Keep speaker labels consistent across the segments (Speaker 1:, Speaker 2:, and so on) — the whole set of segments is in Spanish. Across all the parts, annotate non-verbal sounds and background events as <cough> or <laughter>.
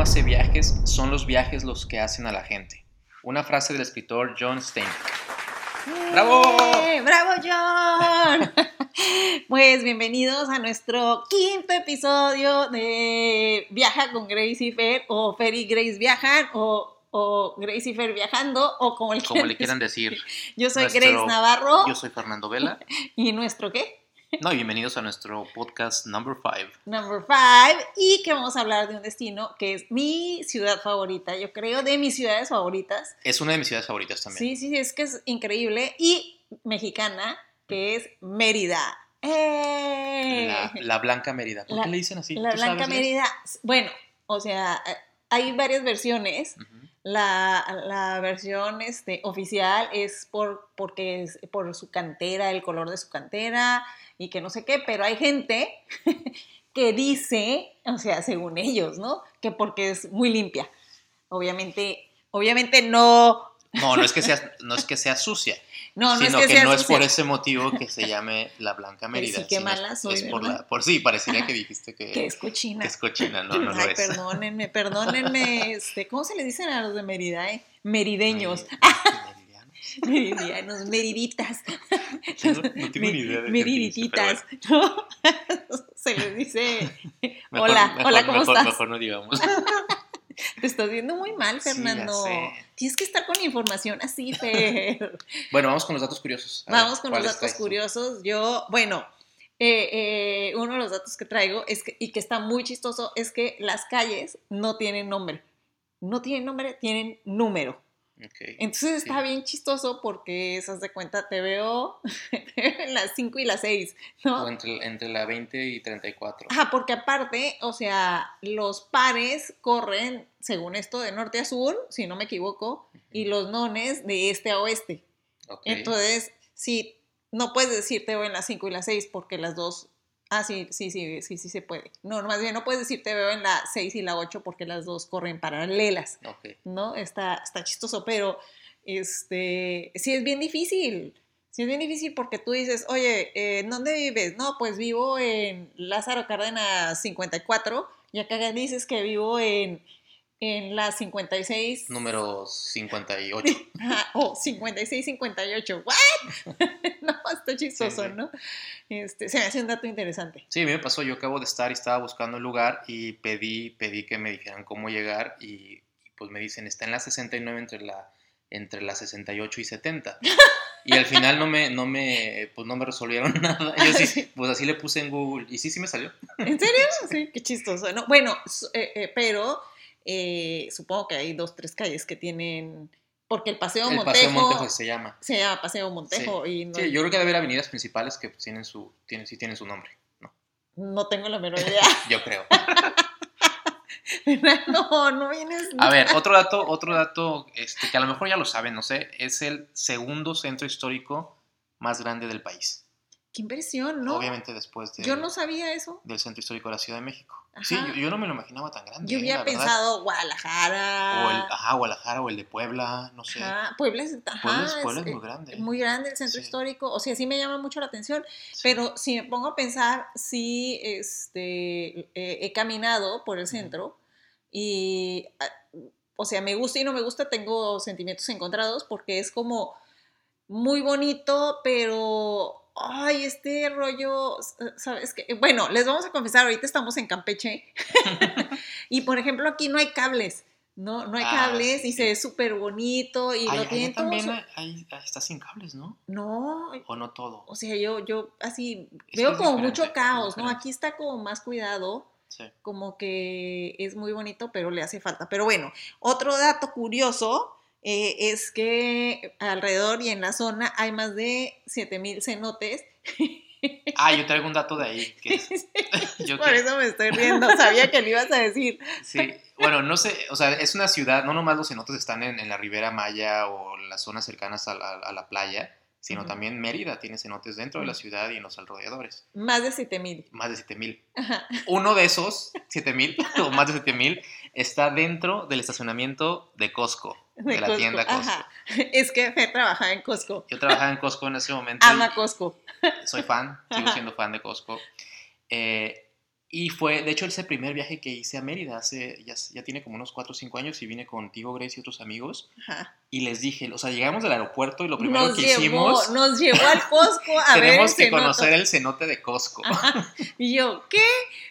Speaker 1: hace viajes, son los viajes los que hacen a la gente. Una frase del escritor John Stein. ¡Bravo!
Speaker 2: ¡Eh! ¡Bravo, John! <laughs> pues bienvenidos a nuestro quinto episodio de Viaja con Grace y Fer, o Fer y Grace viajan, o, o Grace y Fer viajando, o como,
Speaker 1: Como le quieran
Speaker 2: <laughs>
Speaker 1: decir.
Speaker 2: Yo soy
Speaker 1: Nuestro-
Speaker 2: Grace Navarro.
Speaker 1: Yo soy Fernando Vela.
Speaker 2: ¿Y nuestro qué?
Speaker 1: No, y bienvenidos a nuestro podcast number 5.
Speaker 2: Number five. Y que vamos a hablar de un destino que es mi ciudad favorita, yo creo, de mis ciudades favoritas.
Speaker 1: Es una de mis ciudades favoritas también.
Speaker 2: Sí, sí, sí, es que es increíble. Y mexicana, que es Mérida. ¡Eh!
Speaker 1: La, la Blanca Mérida. ¿Por
Speaker 2: La-
Speaker 1: qué le dicen así?
Speaker 2: La
Speaker 1: ¿Tú sabes,
Speaker 2: Blanca
Speaker 1: Grace?
Speaker 2: Mérida. Bueno, o sea, eh, hay varias versiones.
Speaker 1: Ujú.
Speaker 2: La, la versión este, oficial es por porque es por su cantera, el color de su cantera y que no sé qué, pero hay gente <laughs> que dice, o sea, según ellos, ¿no? Que porque es muy limpia. Obviamente, obviamente no,
Speaker 1: No, no es que sea, no es que sea sucia,
Speaker 2: <laughs> no, no
Speaker 1: sino
Speaker 2: es
Speaker 1: que,
Speaker 2: que, sea
Speaker 1: no es
Speaker 2: sucia. Pues
Speaker 1: por ese motivo que se llame la Blanca Mérida.
Speaker 2: sí, qué
Speaker 1: sino es-
Speaker 2: mala soy,
Speaker 1: es por,
Speaker 2: ¿verdad?
Speaker 1: la, por sí, parecería que dijiste que,
Speaker 2: que es cochina.
Speaker 1: que es cochina,
Speaker 2: <laughs>
Speaker 1: no, no
Speaker 2: Ay,
Speaker 1: lo es.
Speaker 2: perdónenme, perdónenme. Este, ¿Cómo se le dicen a los de Mérida, eh? <laughs> Merideños,
Speaker 1: Meridiano.
Speaker 2: <laughs> meridianos, meriditas.
Speaker 1: Yo no, no tengo ni idea de qué dice, pero bueno.
Speaker 2: Meridititas, ¿no? <laughs> Se les dice,
Speaker 1: Mejor-
Speaker 2: hola,
Speaker 1: mejor-
Speaker 2: hola, ¿cómo
Speaker 1: mejor-
Speaker 2: estás?
Speaker 1: Mejor no
Speaker 2: <laughs>
Speaker 1: digamos.
Speaker 2: te estás viendo muy mal,
Speaker 1: Sí, ya
Speaker 2: Fernando.
Speaker 1: sé.
Speaker 2: Tienes que estar con información
Speaker 1: <laughs>
Speaker 2: así, Fer.
Speaker 1: Bueno, vamos con los datos curiosos. A ver,
Speaker 2: Vamos con los
Speaker 1: ¿cuáles
Speaker 2: datos
Speaker 1: traes tú?
Speaker 2: curiosos. Yo, bueno, eh, eh, uno de los datos que traigo es que, y que está muy chistoso es que las calles no tienen nombre. No tienen nombre, tienen número.
Speaker 1: Ok.
Speaker 2: Entonces está
Speaker 1: Sí.
Speaker 2: bien chistoso porque, se de cuenta, te veo, <laughs> te veo en las 5 y las 6, ¿no?
Speaker 1: O entre, entre la 20 y 34.
Speaker 2: Ajá, porque aparte, o sea, los pares corren, según esto, de norte a sur, si no me equivoco, y los nones de este a oeste.
Speaker 1: Ok.
Speaker 2: Entonces, sí, no puedes decir te veo en las 5 y las 6 porque las dos... Ah, sí, sí, sí, sí, sí se puede. No, más bien no puedes decir te veo en la 6 y la 8 porque las dos corren paralelas,
Speaker 1: Ok.
Speaker 2: ¿no? Está, está chistoso, pero este, sí es bien difícil. Sí es bien difícil porque tú dices, oye, eh, ¿en ¿dónde vives? No, pues vivo en Lázaro Cárdenas 54 y acá dices que vivo en, en la 56
Speaker 1: Número
Speaker 2: <laughs>
Speaker 1: 58.
Speaker 2: Ajá, o 56, 58. ¿What? <laughs> no, está chistoso,
Speaker 1: Sí, sí.
Speaker 2: ¿no? Este, se me hace un dato interesante.
Speaker 1: Sí, a mí me pasó, yo acabo de estar y estaba buscando el lugar y pedí, pedí que me dijeran cómo llegar y, y pues me dicen, está en la 69 entre la, entre la 68 y 70. Y al final no me, no me, pues no me resolvieron <laughs> nada. Yo
Speaker 2: <laughs>
Speaker 1: sí, pues así le puse en Google y sí, sí me salió.
Speaker 2: ¿En serio? Sí, qué chistoso, ¿no? Bueno, su- eh, eh, pero eh, supongo que hay dos, tres calles que tienen. Porque el Paseo
Speaker 1: El
Speaker 2: Montejo.
Speaker 1: Paseo Montejo se llama.
Speaker 2: Se llama Paseo Montejo y no,
Speaker 1: Sí, yo creo que debe haber avenidas principales que pues, tienen su, tienen, sí tienen su nombre.
Speaker 2: no tengo la menor idea. <laughs>
Speaker 1: Yo creo.
Speaker 2: no, no vienes.
Speaker 1: A ver, otro dato, otro dato este, que a lo mejor ya lo saben, no sé, es el segundo centro histórico más grande del país.
Speaker 2: Qué impresión, ¿no?
Speaker 1: Obviamente después de-
Speaker 2: Yo no sabía eso.
Speaker 1: del centro histórico de la Ciudad de México. Sí,
Speaker 2: Ajá.
Speaker 1: yo, yo no me lo imaginaba tan grande.
Speaker 2: Yo
Speaker 1: eh,
Speaker 2: hubiera
Speaker 1: la verdad.
Speaker 2: pensado
Speaker 1: O el, ah,
Speaker 2: Guadalajara.
Speaker 1: ajá, Guadalajara o el de Puebla, no sé.
Speaker 2: ajá, Puebla es, ajá,
Speaker 1: Puebla, es,
Speaker 2: es-
Speaker 1: Puebla es
Speaker 2: eh,
Speaker 1: muy grande.
Speaker 2: muy grande el centro
Speaker 1: Sí.
Speaker 2: histórico, o sea, sí me llama mucho la atención,
Speaker 1: Sí.
Speaker 2: pero si me pongo a pensar, sí, este, eh, he caminado por el centro y, ah, o sea, me gusta y no me gusta, tengo sentimientos encontrados porque es como muy bonito, pero, ay, este rollo, ¿sabes qué? Bueno, les vamos a confesar, ahorita estamos
Speaker 1: <laughs>
Speaker 2: en Campeche y, por ejemplo, aquí no hay cables. No, no hay
Speaker 1: Ah,
Speaker 2: cables
Speaker 1: sí,
Speaker 2: y
Speaker 1: sí.
Speaker 2: se ve súper bonito y
Speaker 1: Ay,
Speaker 2: lo
Speaker 1: allá
Speaker 2: tienen todo
Speaker 1: también
Speaker 2: su-
Speaker 1: hay- hay- ahí está sin cables, ¿no?
Speaker 2: no,
Speaker 1: O no todo.
Speaker 2: o sea, yo, yo así
Speaker 1: Es que
Speaker 2: veo
Speaker 1: es
Speaker 2: como
Speaker 1: diferente,
Speaker 2: mucho
Speaker 1: es
Speaker 2: caos, ¿no?
Speaker 1: diferente.
Speaker 2: Aquí está como más cuidado,
Speaker 1: Sí.
Speaker 2: como que es muy bonito, pero le hace falta. Pero bueno, otro dato curioso eh, es que alrededor y en la zona hay más de 7000 cenotes.
Speaker 1: Ah, yo traigo un dato de ahí.
Speaker 2: <laughs>
Speaker 1: Que es- <laughs> yo
Speaker 2: Por
Speaker 1: que-
Speaker 2: eso me
Speaker 1: <laughs>
Speaker 2: estoy riendo, sabía que le ibas a decir.
Speaker 1: Sí, bueno, no sé, o sea, es una ciudad, no nomás los cenotes están en, en la Ribera Maya o en las zonas cercanas a la, a la playa, sino
Speaker 2: Ujú.
Speaker 1: también Mérida tiene cenotes dentro de la
Speaker 2: Ujú.
Speaker 1: ciudad y en los alrededores,
Speaker 2: Más de 7000.
Speaker 1: más de 7000.
Speaker 2: Ajá.
Speaker 1: Uno de esos 7000 <laughs> o más de 7000 está dentro del estacionamiento de Costco, de,
Speaker 2: De
Speaker 1: la
Speaker 2: Costco.
Speaker 1: tienda Costco.
Speaker 2: Ajá. <laughs> Es que Fer trabajaba en Costco.
Speaker 1: Yo trabajaba en Costco
Speaker 2: Ah,
Speaker 1: en ese momento y
Speaker 2: Ama Costco.
Speaker 1: soy fan, sigo
Speaker 2: Ajá.
Speaker 1: siendo fan de Costco. Eh, Y fue, de hecho, ese primer viaje que hice a Mérida hace, ya, ya tiene como unos 4 o 5 años y vine contigo, Grace y otros amigos.
Speaker 2: Ajá.
Speaker 1: Y les dije, o sea, llegamos del aeropuerto y lo primero
Speaker 2: Nos
Speaker 1: que
Speaker 2: llevó,
Speaker 1: hicimos,
Speaker 2: nos llevó al Costco a ver
Speaker 1: <laughs>
Speaker 2: el
Speaker 1: tenemos que
Speaker 2: cenote.
Speaker 1: conocer el cenote de Costco.
Speaker 2: Ajá. Y yo, ¿qué?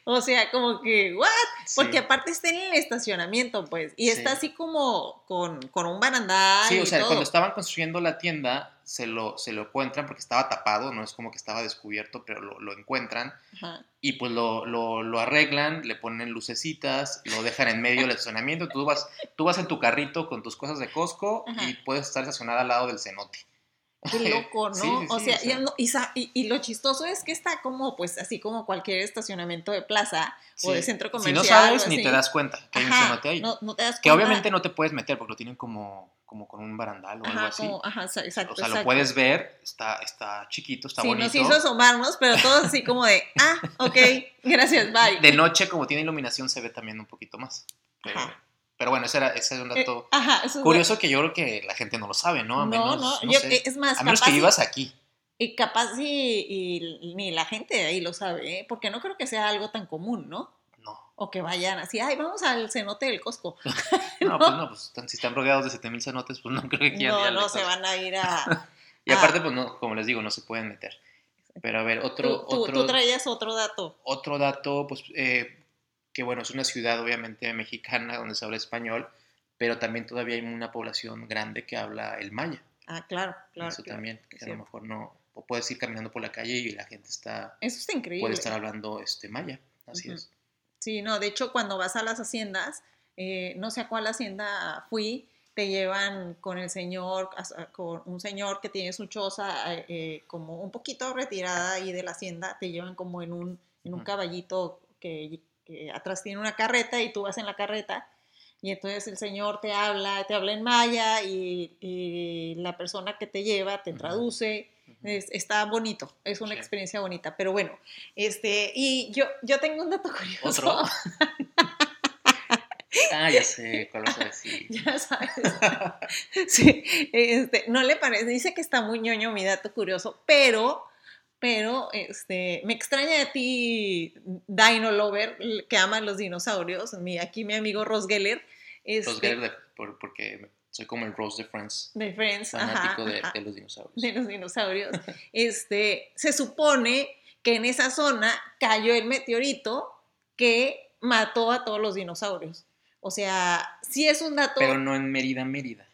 Speaker 2: O sea, como que, ¿what?
Speaker 1: <laughs> Sí.
Speaker 2: Porque aparte está en el estacionamiento, pues. Y está
Speaker 1: Sí.
Speaker 2: así como con, con un barandal
Speaker 1: Sí, o sea,
Speaker 2: y todo.
Speaker 1: cuando estaban construyendo la tienda, se lo, se lo encuentran porque estaba tapado, no es como que estaba descubierto, pero lo, lo encuentran.
Speaker 2: Ajá.
Speaker 1: Y pues lo, lo, lo arreglan, le ponen lucecitas, lo dejan en medio del estacionamiento. Tú vas, tú vas en tu carrito con tus cosas de Costco
Speaker 2: Ajá.
Speaker 1: y puedes estar estacionada al lado del cenote.
Speaker 2: Qué loco,
Speaker 1: <laughs>
Speaker 2: ¿no?
Speaker 1: Sí, sí,
Speaker 2: o
Speaker 1: sí,
Speaker 2: sea,
Speaker 1: o sea.
Speaker 2: Y, no- y sa- y- y lo chistoso es que está como, pues, así como cualquier estacionamiento de plaza o de
Speaker 1: Sí.
Speaker 2: centro
Speaker 1: Si
Speaker 2: comercial.
Speaker 1: no sabes,
Speaker 2: o
Speaker 1: ni
Speaker 2: así.
Speaker 1: te das cuenta que hay un
Speaker 2: Ajá,
Speaker 1: cenote ahí.
Speaker 2: No, no te das
Speaker 1: que
Speaker 2: cuenta.
Speaker 1: obviamente no te puedes meter porque lo tienen como, como con un barandal o algo
Speaker 2: Ajá,
Speaker 1: así.
Speaker 2: como- ajá, sa- exacto,
Speaker 1: o sea, lo
Speaker 2: exacto.
Speaker 1: puedes ver, está, está chiquito, está
Speaker 2: sí,
Speaker 1: bonito.
Speaker 2: nos hizo asomarnos, pero todos así como de, ah, ok, gracias, bye.
Speaker 1: <laughs> De noche, como tiene iluminación, se ve también un poquito más. Pero,
Speaker 2: Ajá.
Speaker 1: pero bueno, ese, era, ese es un
Speaker 2: Eh,
Speaker 1: dato
Speaker 2: ajá, eso es
Speaker 1: curioso que yo creo que la gente no lo sabe, ¿no?
Speaker 2: No,
Speaker 1: A menos,
Speaker 2: no,
Speaker 1: no
Speaker 2: yo- e,
Speaker 1: sé.
Speaker 2: es más,
Speaker 1: a menos
Speaker 2: capaz
Speaker 1: que
Speaker 2: y-
Speaker 1: vivas aquí.
Speaker 2: y capaz y, y ni la gente de ahí lo sabe, ¿eh? porque no creo que sea algo tan común, ¿no? <laughs>
Speaker 1: No,
Speaker 2: O que vayan así, ay, vamos al cenote del Costco.
Speaker 1: no, pues no, pues están- si están rodeados de 7000 cenotes, pues no <laughs> creo que quieran ir
Speaker 2: No,
Speaker 1: al
Speaker 2: no,
Speaker 1: de
Speaker 2: se
Speaker 1: Costco.
Speaker 2: van a ir a...
Speaker 1: Y aparte, pues no, como les digo, no se pueden meter. Pero a ver, <laughs>
Speaker 2: Tú,
Speaker 1: otro,
Speaker 2: tú-
Speaker 1: otro,
Speaker 2: tú traías otro dato.
Speaker 1: otro dato, pues, eh, que bueno, es una ciudad obviamente mexicana donde se habla español, pero también todavía hay una población grande que habla el maya.
Speaker 2: Ah, claro, claro.
Speaker 1: Eso
Speaker 2: claro.
Speaker 1: también, que
Speaker 2: es
Speaker 1: a lo
Speaker 2: cierto.
Speaker 1: mejor no, o puedes ir caminando por la calle y la gente está,
Speaker 2: Eso está increíble.
Speaker 1: puede estar hablando este maya, así
Speaker 2: Ujú.
Speaker 1: es.
Speaker 2: Sí, no, de hecho cuando vas a las haciendas, eh, no sé a cuál hacienda fui, te llevan con el señor, as- a- con un señor que tiene su choza eh, eh, como un poquito retirada ahí de la hacienda, te llevan como en un, en un
Speaker 1: Ujú.
Speaker 2: caballito que, que atrás tiene una carreta y tú vas en la carreta. Y entonces el señor te habla, te habla en maya y, y la persona que te lleva te
Speaker 1: Ujú.
Speaker 2: traduce.
Speaker 1: Ujú.
Speaker 2: Es- está bonito, es una
Speaker 1: Sí.
Speaker 2: experiencia bonita. Pero bueno, este, y yo, yo tengo un dato <laughs> curioso.
Speaker 1: ¿Otro? ah, ya sé cuál vas a decir.
Speaker 2: <laughs> Ya sabes. Sí, este, no le parece, dice que está muy ñoño mi dato curioso, pero, pero, este, me extraña de ti, Dino Lover, l- que ama los dinosaurios, mi, aquí mi amigo Ross Geller, este,
Speaker 1: Los Geller de- por- porque soy como el Rose de Friends,
Speaker 2: de Friends, ajá,
Speaker 1: fanático de,
Speaker 2: ajá,
Speaker 1: de los dinosaurios.
Speaker 2: de los dinosaurios, este, se supone que en esa zona cayó el meteorito que mató a todos los dinosaurios. O sea, sí es un dato...
Speaker 1: Pero no en Mérida, Mérida.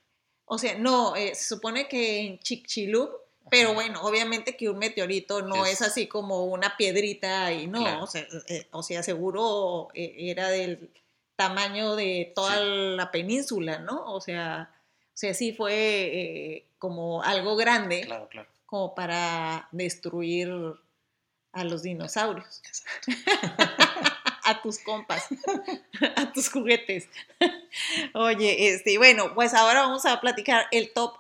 Speaker 2: O sea, no, eh, se supone que en Chicxulub, pero bueno, obviamente que un meteorito no
Speaker 1: Es-
Speaker 2: es, así como una piedrita y no,
Speaker 1: Claro.
Speaker 2: o, sea, eh, o sea, seguro eh, era del tamaño de toda la península, ¿no? O sea, o sea, sí fue eh, como algo grande,
Speaker 1: Claro, claro.
Speaker 2: como para destruir a los dinosaurios,
Speaker 1: Exacto.
Speaker 2: <laughs> a tus compas, <laughs> a tus juguetes. <laughs> Oye, este, y bueno, pues ahora vamos a platicar el top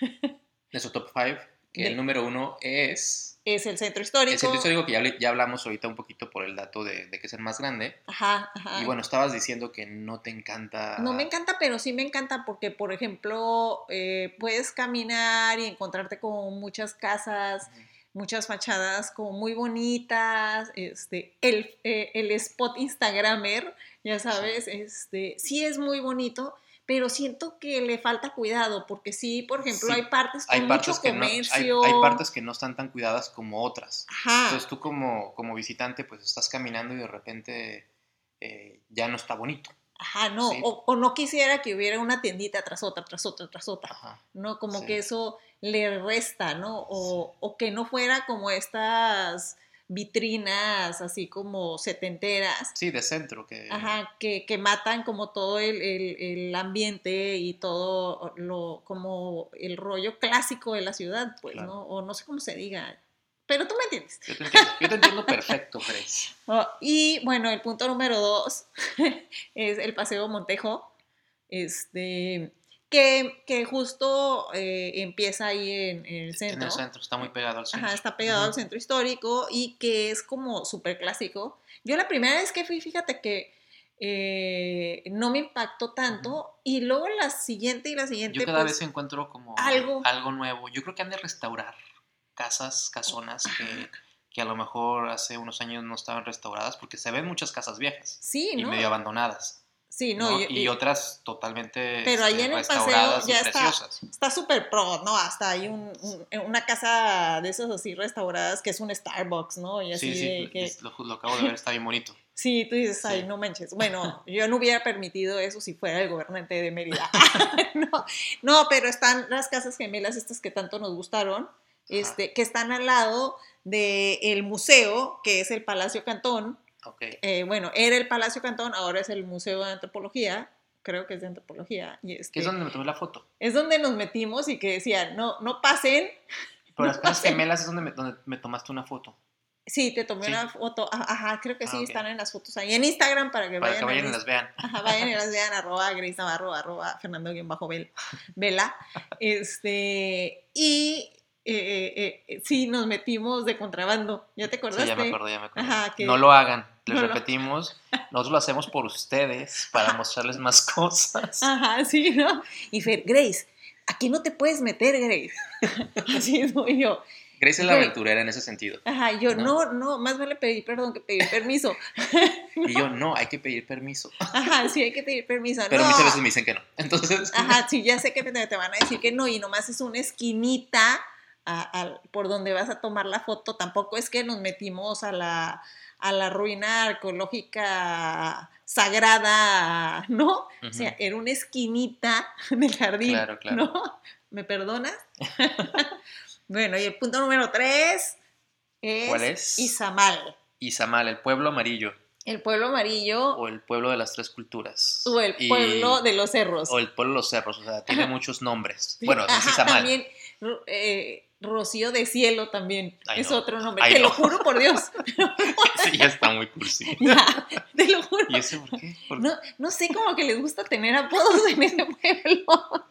Speaker 2: 5
Speaker 1: Nuestro top 5, que
Speaker 2: De-
Speaker 1: el número uno es...
Speaker 2: es el centro histórico.
Speaker 1: El centro histórico que ya, habl- ya hablamos ahorita un poquito por el dato de, de que es el más grande.
Speaker 2: Ajá, ajá.
Speaker 1: Y bueno, ah. estabas diciendo que no te encanta...
Speaker 2: No me encanta, pero sí me encanta porque, por ejemplo, eh, puedes caminar y encontrarte con muchas casas,
Speaker 1: Ujú.
Speaker 2: muchas fachadas como muy bonitas, este, el, eh, el spot Instagramer, ya sabes, este, sí es muy bonito, pero siento que le falta cuidado porque sí, por ejemplo,
Speaker 1: Sí,
Speaker 2: hay partes con
Speaker 1: Hay partes,
Speaker 2: mucho
Speaker 1: que no, hay,
Speaker 2: comercio.
Speaker 1: hay partes pues, que no están tan cuidadas como otras.
Speaker 2: Ajá.
Speaker 1: Entonces tú como, como visitante pues estás caminando y de repente eh, ya no está bonito.
Speaker 2: Ajá, no,
Speaker 1: Sí.
Speaker 2: o, o no quisiera que hubiera una tiendita tras otra, tras otra, tras otra,
Speaker 1: Ajá.
Speaker 2: ¿no? Como
Speaker 1: Sí.
Speaker 2: que eso le resta, ¿no? O, o que no fuera como estas vitrinas así como setenteras,
Speaker 1: Sí, de centro, que
Speaker 2: ajá, que, que matan como todo el, el- el ambiente y todo lo, como el rollo clásico de la ciudad, pues,
Speaker 1: Claro.
Speaker 2: ¿no? O no sé cómo se diga, pero tú me entiendes.
Speaker 1: yo, te entiendo, yo te entiendo perfecto, Grace.
Speaker 2: Oh, y bueno, el punto número dos <laughs> es el Paseo Montejo, este, que, que justo eh, empieza ahí en, <laughs> en el
Speaker 1: En
Speaker 2: centro.
Speaker 1: el centro, está muy pegado al centro.
Speaker 2: Ajá, está pegado al
Speaker 1: Ujú.
Speaker 2: centro histórico y que es como súper clásico. Yo la primera vez que fui, fíjate que eh, no me impactó tanto y luego la siguiente y la siguiente,
Speaker 1: Yo cada
Speaker 2: pues,
Speaker 1: vez encuentro como
Speaker 2: algo.
Speaker 1: nuevo. Yo creo que han de restaurar casas, casonas que, que a lo mejor hace unos años no estaban restauradas, porque se ven muchas casas viejas
Speaker 2: Sí,
Speaker 1: y
Speaker 2: ¿no?
Speaker 1: medio abandonadas.
Speaker 2: Sí, no,
Speaker 1: ¿no?
Speaker 2: yo-
Speaker 1: Y,
Speaker 2: y-
Speaker 1: otras totalmente este,
Speaker 2: Pero ahí en el paseo
Speaker 1: restauradas
Speaker 2: ya
Speaker 1: y
Speaker 2: está.
Speaker 1: preciosas.
Speaker 2: Está súper pro, ¿no? Hasta hay un, un- una casa de esas así restauradas que es un Starbucks, ¿no? Y así
Speaker 1: Sí, sí,
Speaker 2: de que...
Speaker 1: lo, lo acabo de ver, está bien bonito.
Speaker 2: Sí, tú dices, ay,
Speaker 1: Sí.
Speaker 2: no manches. Bueno, yo no hubiera permitido eso si fuera el gobernante
Speaker 1: <laughs>
Speaker 2: de Mérida. <laughs> no, no, pero están las casas gemelas estas que tanto nos gustaron, este, que están al lado del el museo, que es el Palacio Cantón.
Speaker 1: Ok,
Speaker 2: Eh, bueno, era el Palacio Cantón, ahora es el Museo de Antropología. Creo que es de antropología. Y
Speaker 1: que
Speaker 2: este,
Speaker 1: es donde me tomé la foto.
Speaker 2: es donde nos metimos y que decían, no, no pasen.
Speaker 1: Pero
Speaker 2: <laughs>
Speaker 1: las casas
Speaker 2: pasen.
Speaker 1: gemelas es donde me, donde me tomaste una foto.
Speaker 2: Sí, te tomé
Speaker 1: Sí.
Speaker 2: una foto. Ah, Ajá, creo que
Speaker 1: Ah,
Speaker 2: sí,
Speaker 1: ok.
Speaker 2: están en las fotos ahí. En Instagram para que
Speaker 1: Para
Speaker 2: vayan,
Speaker 1: que
Speaker 2: a
Speaker 1: vayan y
Speaker 2: Inst-
Speaker 1: las vean.
Speaker 2: Ajá, vayan y las vean, arroba Grace Navarro, arroba Fernando-Vel- Vela. Este, y eh, eh, eh, sí, nos metimos de contrabando. ¿Ya te acordaste?
Speaker 1: Sí, ya me acuerdo, ya me acuerdo.
Speaker 2: Ajá, que-
Speaker 1: No lo hagan, les
Speaker 2: <laughs> No lo-
Speaker 1: repetimos. Nosotros lo hacemos por ustedes, para mostrarles más cosas.
Speaker 2: Ajá, sí, ¿no? Y Fer, Grace, aquí no te puedes meter, Grace. <laughs> Así es, muy yo.
Speaker 1: Grace es la
Speaker 2: Güey.
Speaker 1: aventurera en ese sentido.
Speaker 2: Ajá, yo,
Speaker 1: No.
Speaker 2: no, no, más vale pedir perdón que pedir permiso.
Speaker 1: Y yo, no, hay que pedir permiso.
Speaker 2: Ajá, sí, hay que pedir permiso.
Speaker 1: Pero
Speaker 2: Ah, no.
Speaker 1: muchas veces me dicen que no. Entonces,
Speaker 2: Ajá, sí, ya sé que te, te van a decir que no y nomás es una esquinita a- al- por donde vas a tomar la foto. Tampoco es que nos metimos a la, a la ruina arqueológica sagrada, ¿no? O sea,
Speaker 1: Ujú.
Speaker 2: era una esquinita del jardín,
Speaker 1: Claro, claro.
Speaker 2: ¿no? ¿Me perdonas? <laughs> bueno, y el punto número tres es,
Speaker 1: ¿Cuál es?
Speaker 2: Izamal,
Speaker 1: Izamal, el pueblo amarillo,
Speaker 2: el pueblo amarillo o,
Speaker 1: o el pueblo de las tres culturas.
Speaker 2: el
Speaker 1: Y-
Speaker 2: pueblo de los cerros.
Speaker 1: O el pueblo de los cerros, o sea, tiene muchos nombres. Bueno, es
Speaker 2: Ajá,
Speaker 1: Izamal.
Speaker 2: También ro- eh, Rocío de Cielo también
Speaker 1: Ay,
Speaker 2: es
Speaker 1: no.
Speaker 2: otro nombre.
Speaker 1: Ay,
Speaker 2: te
Speaker 1: no.
Speaker 2: lo juro por Dios.
Speaker 1: <laughs> <laughs>
Speaker 2: <laughs>
Speaker 1: Sí, ya está muy cursi.
Speaker 2: Ya, te lo juro.
Speaker 1: ¿Y eso por qué? Por-
Speaker 2: No, no sé cómo que les gusta tener apodos en ese <laughs> pueblo.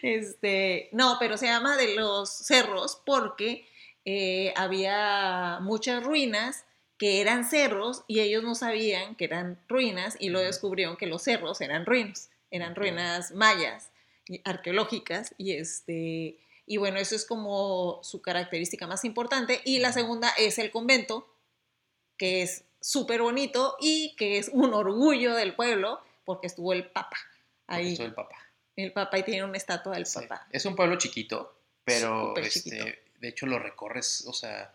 Speaker 2: Este, no, pero se llama de los cerros porque eh, había muchas ruinas que eran cerros y ellos no sabían que eran ruinas y luego descubrieron que los cerros eran ruinas, eran
Speaker 1: Ok.
Speaker 2: ruinas mayas y arqueológicas y este y bueno, eso es como su característica más importante y la segunda es el convento que es súper bonito y que es un orgullo del pueblo porque estuvo el Papa
Speaker 1: porque
Speaker 2: ahí.
Speaker 1: soy el papá.
Speaker 2: El Papa y tiene una estatua del
Speaker 1: Sí.
Speaker 2: Papa.
Speaker 1: Es un pueblo chiquito, pero
Speaker 2: Súper
Speaker 1: este,
Speaker 2: chiquito.
Speaker 1: de hecho lo recorres, o sea,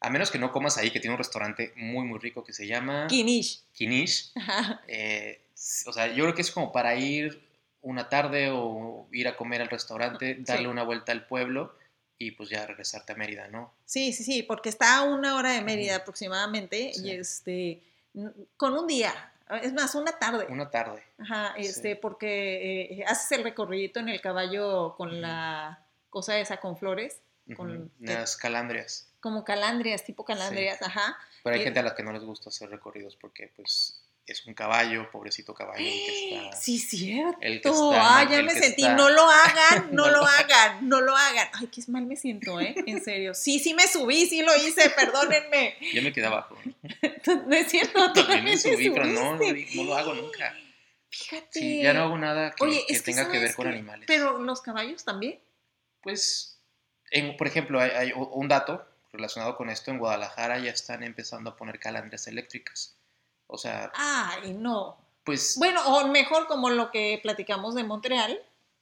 Speaker 1: a menos que no comas ahí, que tiene un restaurante muy, muy rico que se llama
Speaker 2: Quinish.
Speaker 1: Quinish.
Speaker 2: Ajá.
Speaker 1: Eh, o sea, yo creo que es como para ir una tarde o ir a comer al restaurante, darle una vuelta al pueblo y pues ya regresarte a Mérida, ¿no?
Speaker 2: Sí, sí, sí, porque está a una hora de Mérida
Speaker 1: Ujú.
Speaker 2: aproximadamente
Speaker 1: Sí.
Speaker 2: y este, n- con un día, es más, una tarde.
Speaker 1: Una tarde.
Speaker 2: Ajá,
Speaker 1: Sí.
Speaker 2: este, porque eh, haces el recorrido en el caballo con
Speaker 1: Ujú.
Speaker 2: la cosa esa con flores, Con-
Speaker 1: Ujú, Unas calandrias.
Speaker 2: como calandrias, tipo calandrias, ajá.
Speaker 1: Pero hay
Speaker 2: Eh.
Speaker 1: gente a la que no les gusta hacer recorridos porque pues es un caballo, pobrecito caballo, el que está...
Speaker 2: <gasps> Sí, cierto.
Speaker 1: el que está-
Speaker 2: ah, ya
Speaker 1: el
Speaker 2: me
Speaker 1: que
Speaker 2: sentí.
Speaker 1: está-
Speaker 2: No lo
Speaker 1: <laughs>
Speaker 2: hagan, no,
Speaker 1: No
Speaker 2: lo
Speaker 1: lo
Speaker 2: hagan, no lo hagan. Ay, qué mal me siento, ¿eh? En serio. Sí, sí me subí, sí lo hice, perdónenme. <laughs>
Speaker 1: Yo me quedé abajo.
Speaker 2: Tú- No es cierto, tú
Speaker 1: También me
Speaker 2: te
Speaker 1: subí, pero no, no,
Speaker 2: subiste.
Speaker 1: no lo hago nunca.
Speaker 2: Fíjate.
Speaker 1: Sí, ya no hago nada que,
Speaker 2: Oye,
Speaker 1: que
Speaker 2: es que
Speaker 1: tenga que
Speaker 2: ¿sabes
Speaker 1: ver con
Speaker 2: qué?
Speaker 1: animales.
Speaker 2: Pero los caballos también.
Speaker 1: Pues, en- por ejemplo, hay, hay un dato relacionado con esto. En Guadalajara ya están empezando a poner calandrias eléctricas. O sea,
Speaker 2: Ay, no.
Speaker 1: pues...
Speaker 2: Bueno, o mejor como lo que platicamos de Montreal,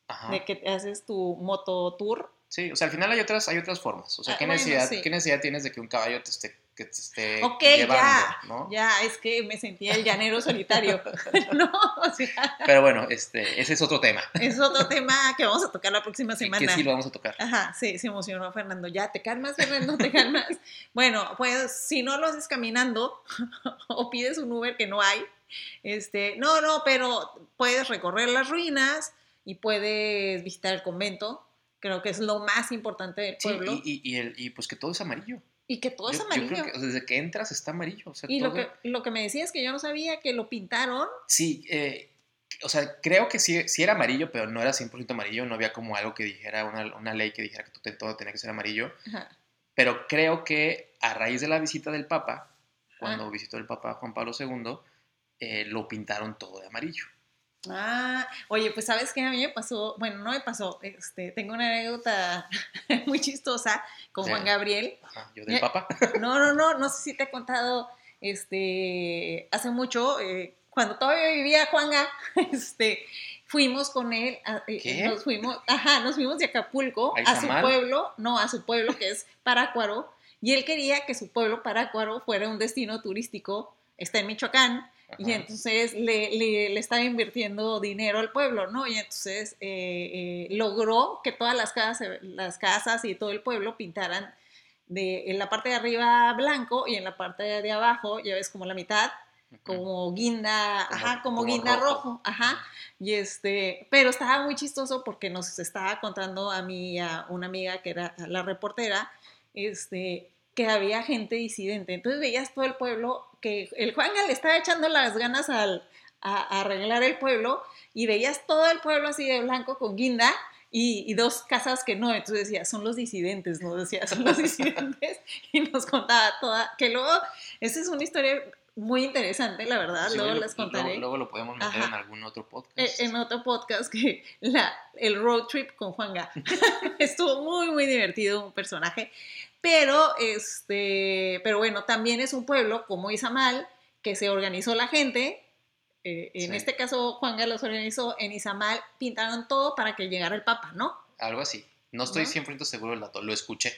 Speaker 1: ajá.
Speaker 2: de que te haces tu moto tour.
Speaker 1: Sí, o sea, al final hay otras, hay otras formas. O sea,
Speaker 2: Ah,
Speaker 1: ¿qué,
Speaker 2: bueno,
Speaker 1: necesidad,
Speaker 2: sí.
Speaker 1: ¿qué necesidad tienes de que un caballo te esté, que te esté
Speaker 2: Ok,
Speaker 1: llevando?
Speaker 2: ya,
Speaker 1: ¿no?
Speaker 2: Ya, es que me sentía el
Speaker 1: <laughs>
Speaker 2: llanero solitario. <laughs> no, o sea,
Speaker 1: Pero bueno, este, ese es otro
Speaker 2: <laughs>
Speaker 1: tema.
Speaker 2: es otro tema que vamos a tocar la próxima semana.
Speaker 1: Que sí lo vamos a tocar.
Speaker 2: Ajá, sí, se emocionó Fernando. Ya, te calmas, Fernando,
Speaker 1: <laughs>
Speaker 2: te calmas. Bueno, pues si no lo haces caminando <laughs> o pides un Uber que no hay, este, no, no, pero puedes recorrer las ruinas y puedes visitar el convento. Creo que es lo más importante del
Speaker 1: Sí,
Speaker 2: pueblo.
Speaker 1: y, y, y el- y pues que todo es amarillo.
Speaker 2: y, que todo es
Speaker 1: Yo- yo creo
Speaker 2: amarillo.
Speaker 1: que, o sea, desde que entras está amarillo. O sea,
Speaker 2: y lo
Speaker 1: todo-
Speaker 2: que, lo que me decías que yo no sabía que lo pintaron.
Speaker 1: Sí, eh, o sea, creo que sí, sí era amarillo, pero no era 100% amarillo. No había como algo que dijera, una, una ley que dijera que to- todo tenía que ser amarillo.
Speaker 2: Ajá.
Speaker 1: Pero creo que a raíz de la visita del Papa, cuando
Speaker 2: Ah.
Speaker 1: visitó el Papa Juan Pablo II, eh, lo pintaron todo de amarillo.
Speaker 2: Ah, oye, pues sabes qué a mí me pasó, bueno, no me pasó, este, tengo una anécdota <laughs> muy chistosa con
Speaker 1: Sí.
Speaker 2: Juan Gabriel.
Speaker 1: Ajá, yo del
Speaker 2: Ya-
Speaker 1: Papa.
Speaker 2: No, no, no, no sé si te he contado, este, hace mucho, eh, cuando todavía vivía Juanga, <laughs> este, fuimos con él, a- eh,
Speaker 1: ¿Qué?
Speaker 2: nos fuimos, ajá, nos fuimos de Acapulco
Speaker 1: ¿A
Speaker 2: a su
Speaker 1: Izamal?
Speaker 2: pueblo, no, a su pueblo que es Parácuaro, y él quería que su pueblo Parácuaro fuera un destino turístico, está en Michoacán, <laughs> y
Speaker 1: Ajá.
Speaker 2: entonces le, le, le estaba invirtiendo dinero al pueblo, ¿no? Y entonces eh, eh, logró que todas las casas, se- las casas y todo el pueblo pintaran de, en la parte de arriba blanco y en la parte de abajo, ya ves, como la mitad, como guinda,
Speaker 1: Como-
Speaker 2: ajá, como,
Speaker 1: como
Speaker 2: guinda rojo.
Speaker 1: rojo.
Speaker 2: ajá. Y este, pero estaba muy chistoso porque nos estaba contando a mí, y a una amiga que era la reportera, este, que había gente disidente. Entonces veías todo el pueblo, que el Juanga le estaba echando las ganas al, a, a arreglar el pueblo y veías todo el pueblo así de blanco con guinda. Y, y dos casas que no, entonces decía, son los disidentes, ¿no? Decía, son los <laughs> disidentes, y nos contaba toda, que luego, esa es una historia muy interesante, la verdad,
Speaker 1: Sí,
Speaker 2: luego
Speaker 1: oye,
Speaker 2: las contaré
Speaker 1: Luego, luego lo podemos meter
Speaker 2: Ajá.
Speaker 1: en algún otro
Speaker 2: eh,
Speaker 1: podcast.
Speaker 2: en otro podcast que <laughs> la, el road trip
Speaker 1: <laughs>
Speaker 2: con Juanga. <laughs> Estuvo muy, muy divertido un personaje. Pero, este, pero bueno, también es un pueblo como Izamal, que se organizó la gente. eh, en
Speaker 1: Sí.
Speaker 2: este caso, Juanga los organizó. En Izamal pintaron todo para que llegara el Papa, ¿no?
Speaker 1: Algo así. No estoy
Speaker 2: ¿No?
Speaker 1: 100% seguro del dato, lo escuché.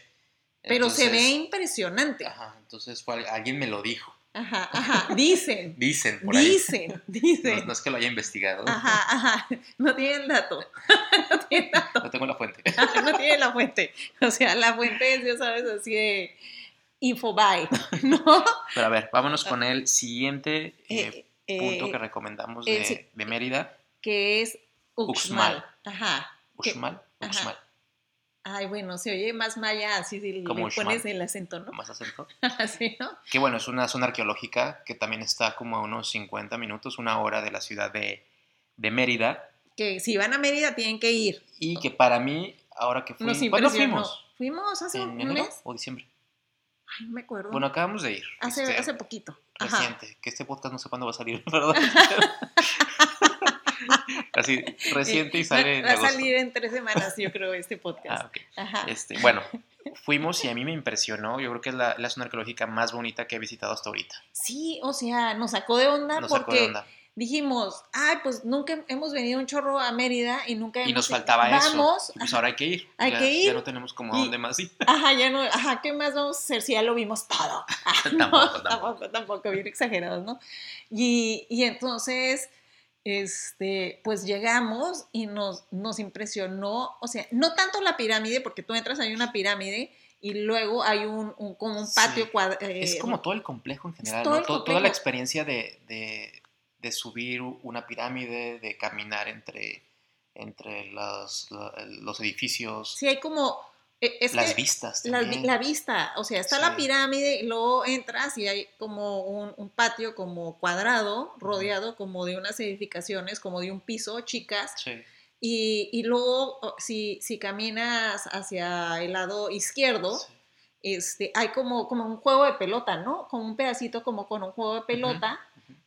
Speaker 2: Pero se ve
Speaker 1: Entonces-
Speaker 2: impresionante.
Speaker 1: Ajá, entonces fue al- alguien me lo dijo.
Speaker 2: Ajá, ajá. Dicen,
Speaker 1: Dicen <laughs> por ahí.
Speaker 2: dicen, dicen.
Speaker 1: No, no es que lo haya investigado,
Speaker 2: Ajá, ajá. No tienen dato. <laughs> No tienen dato.
Speaker 1: no tengo la fuente.
Speaker 2: <laughs> no tiene la fuente. O sea, la fuente es, ya sabes, así de Infobae, <laughs> ¿no?
Speaker 1: Pero a ver, vámonos con el siguiente eh,
Speaker 2: Eh, Ah. eh,
Speaker 1: punto que recomendamos
Speaker 2: eh,
Speaker 1: de,
Speaker 2: sí.
Speaker 1: de Mérida.
Speaker 2: que es Uxmal. Ajá. que-
Speaker 1: Uxmal,
Speaker 2: Ajá.
Speaker 1: Uxmal,
Speaker 2: ay, bueno, se oye más maya así si le
Speaker 1: Como
Speaker 2: pones
Speaker 1: Uxmal.
Speaker 2: el acento, ¿no? <laughs>
Speaker 1: más acento.
Speaker 2: Así, ¿no?
Speaker 1: Que bueno, es una zona arqueológica que también está como a unos 50 minutos, una hora de la ciudad de, de Mérida.
Speaker 2: Que si van a Mérida tienen que ir.
Speaker 1: Y que para mí, ahora que fui,
Speaker 2: Nos
Speaker 1: ¿cuándo
Speaker 2: impresionó.
Speaker 1: fuimos?
Speaker 2: Fuimos hace un
Speaker 1: ¿En enero
Speaker 2: mes.
Speaker 1: o diciembre?
Speaker 2: Ay, no me acuerdo.
Speaker 1: Bueno, acabamos de ir.
Speaker 2: hace,
Speaker 1: este,
Speaker 2: hace poquito. Ajá.
Speaker 1: Reciente. Que este podcast no sé cuándo va a salir, <laughs> ¿verdad?
Speaker 2: <laughs>
Speaker 1: Así, reciente y
Speaker 2: Eh,
Speaker 1: sale en
Speaker 2: va, va a
Speaker 1: agosto.
Speaker 2: salir en tres semanas, yo creo, este
Speaker 1: <laughs> Ah,
Speaker 2: podcast.
Speaker 1: ok.
Speaker 2: Ajá.
Speaker 1: Este, bueno, fuimos y a mí me impresionó. Yo creo que es la, la zona arqueológica más bonita que he visitado hasta ahorita.
Speaker 2: Sí, o sea, nos sacó de onda
Speaker 1: Nos sacó
Speaker 2: porque
Speaker 1: de onda.
Speaker 2: dijimos, ay, pues nunca hemos venido un chorro a Mérida y nunca hemos
Speaker 1: Y nos faltaba
Speaker 2: vamos,
Speaker 1: eso. Y pues ahora hay que ir.
Speaker 2: Hay
Speaker 1: ya,
Speaker 2: que ir.
Speaker 1: Ya no tenemos como a
Speaker 2: Y-
Speaker 1: dónde más ir. <laughs>
Speaker 2: ajá, ya no, ajá, ¿qué más vamos a hacer si ya lo vimos todo? <laughs> Ah, <laughs> no,
Speaker 1: Tampoco,
Speaker 2: tampoco,
Speaker 1: tampoco.
Speaker 2: tampoco, bien exagerados, ¿no? Y, y entonces, este, pues llegamos y nos, nos impresionó, o sea, no tanto la pirámide, porque tú entras, hay una pirámide y luego hay un, un- como un patio
Speaker 1: Sí.
Speaker 2: cuadra-
Speaker 1: es
Speaker 2: eh,
Speaker 1: como todo el complejo en general,
Speaker 2: todo
Speaker 1: ¿no?
Speaker 2: el
Speaker 1: To- Toda la
Speaker 2: complejo.
Speaker 1: experiencia de, de- de subir una pirámide, de caminar entre, entre los, los edificios,
Speaker 2: Sí, hay como... eh, Es
Speaker 1: las
Speaker 2: que-
Speaker 1: vistas
Speaker 2: La, vi-
Speaker 1: Pues, también.
Speaker 2: la vista, o sea, está
Speaker 1: Sí.
Speaker 2: la pirámide, y luego entras y hay como un, un patio como cuadrado, rodeado como de unas edificaciones, como de un piso, chicas,
Speaker 1: Sí.
Speaker 2: y, y luego o- si, si caminas hacia el lado izquierdo,
Speaker 1: Sí.
Speaker 2: este, hay como, como un juego de pelota, ¿no? Como un pedacito como con un juego de pelota,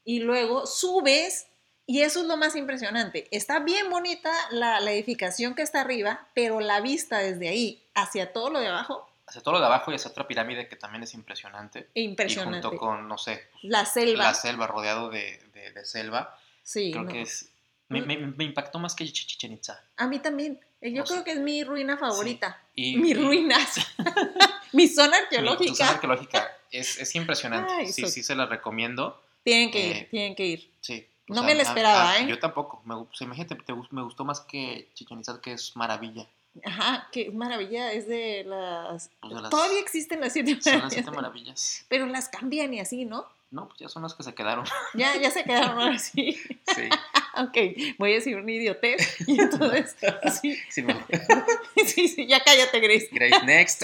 Speaker 2: y luego subes, y eso es lo más impresionante. Está bien bonita la, la edificación que está arriba, pero la vista desde ahí hacia todo lo de abajo
Speaker 1: Hacia todo lo de abajo y hacia otra pirámide que también es impresionante.
Speaker 2: E Impresionante.
Speaker 1: Y junto con, no sé,
Speaker 2: La selva.
Speaker 1: la selva, rodeado de, de- de selva.
Speaker 2: Sí,
Speaker 1: creo
Speaker 2: no.
Speaker 1: que es. Me, me- me impactó más que Chich- Chichen Itza.
Speaker 2: A mí también. Eh, Yo
Speaker 1: O sea,
Speaker 2: creo que es mi ruina favorita.
Speaker 1: Y,
Speaker 2: Mis
Speaker 1: y-
Speaker 2: ruinas. <laughs>
Speaker 1: mi-
Speaker 2: mi zona
Speaker 1: tu zona
Speaker 2: arqueológica.
Speaker 1: arqueológica. Es, es impresionante.
Speaker 2: Ay,
Speaker 1: sí,
Speaker 2: soy-
Speaker 1: sí, se la recomiendo.
Speaker 2: Tienen que
Speaker 1: eh,
Speaker 2: ir, tienen que ir.
Speaker 1: Sí.
Speaker 2: No me la esperaba, ¿eh?
Speaker 1: Yo tampoco. Me, gu- o sea, imagínate, te gu- me gustó más que Chichen Itza, que es maravilla.
Speaker 2: Ajá, qué maravilla. Es de las...
Speaker 1: Pues de las-
Speaker 2: Todavía existen las siete
Speaker 1: Son
Speaker 2: <laughs> maravillas.
Speaker 1: las siete maravillas.
Speaker 2: Pero las cambian y así, ¿no?
Speaker 1: No, pues ya son las que se
Speaker 2: <laughs>
Speaker 1: quedaron.
Speaker 2: Ya, ya se quedaron ahora sí. <laughs>
Speaker 1: Sí.
Speaker 2: ok, voy a decir una idiotez. Y
Speaker 1: <laughs>
Speaker 2: entonces, sí,
Speaker 1: sí me-
Speaker 2: sí, sí, ya cállate, Grace.
Speaker 1: Grace
Speaker 2: <laughs>
Speaker 1: next.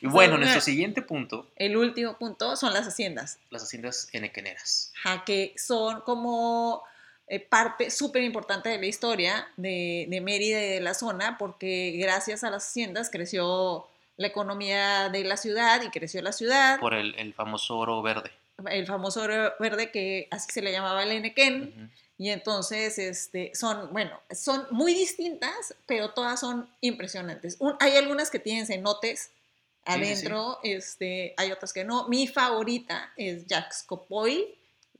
Speaker 1: y bueno,
Speaker 2: Son-
Speaker 1: nuestro siguiente punto,
Speaker 2: El último punto son las haciendas.
Speaker 1: las haciendas enequeneras.
Speaker 2: ajá, que son como eh, parte súper importante de la historia de, de Mérida y de la zona, porque gracias a las haciendas creció la economía de la ciudad y creció la ciudad,
Speaker 1: Por el, el famoso oro verde.
Speaker 2: el famoso oro verde que así se le llamaba el Enequén,
Speaker 1: Ujú.
Speaker 2: Y entonces, este, son, bueno, son muy distintas, pero todas son impresionantes. Un- hay algunas que tienen cenotes
Speaker 1: Sí, sí, sí.
Speaker 2: adentro, Este, hay otras que no. Mi favorita es Jaxcopoil,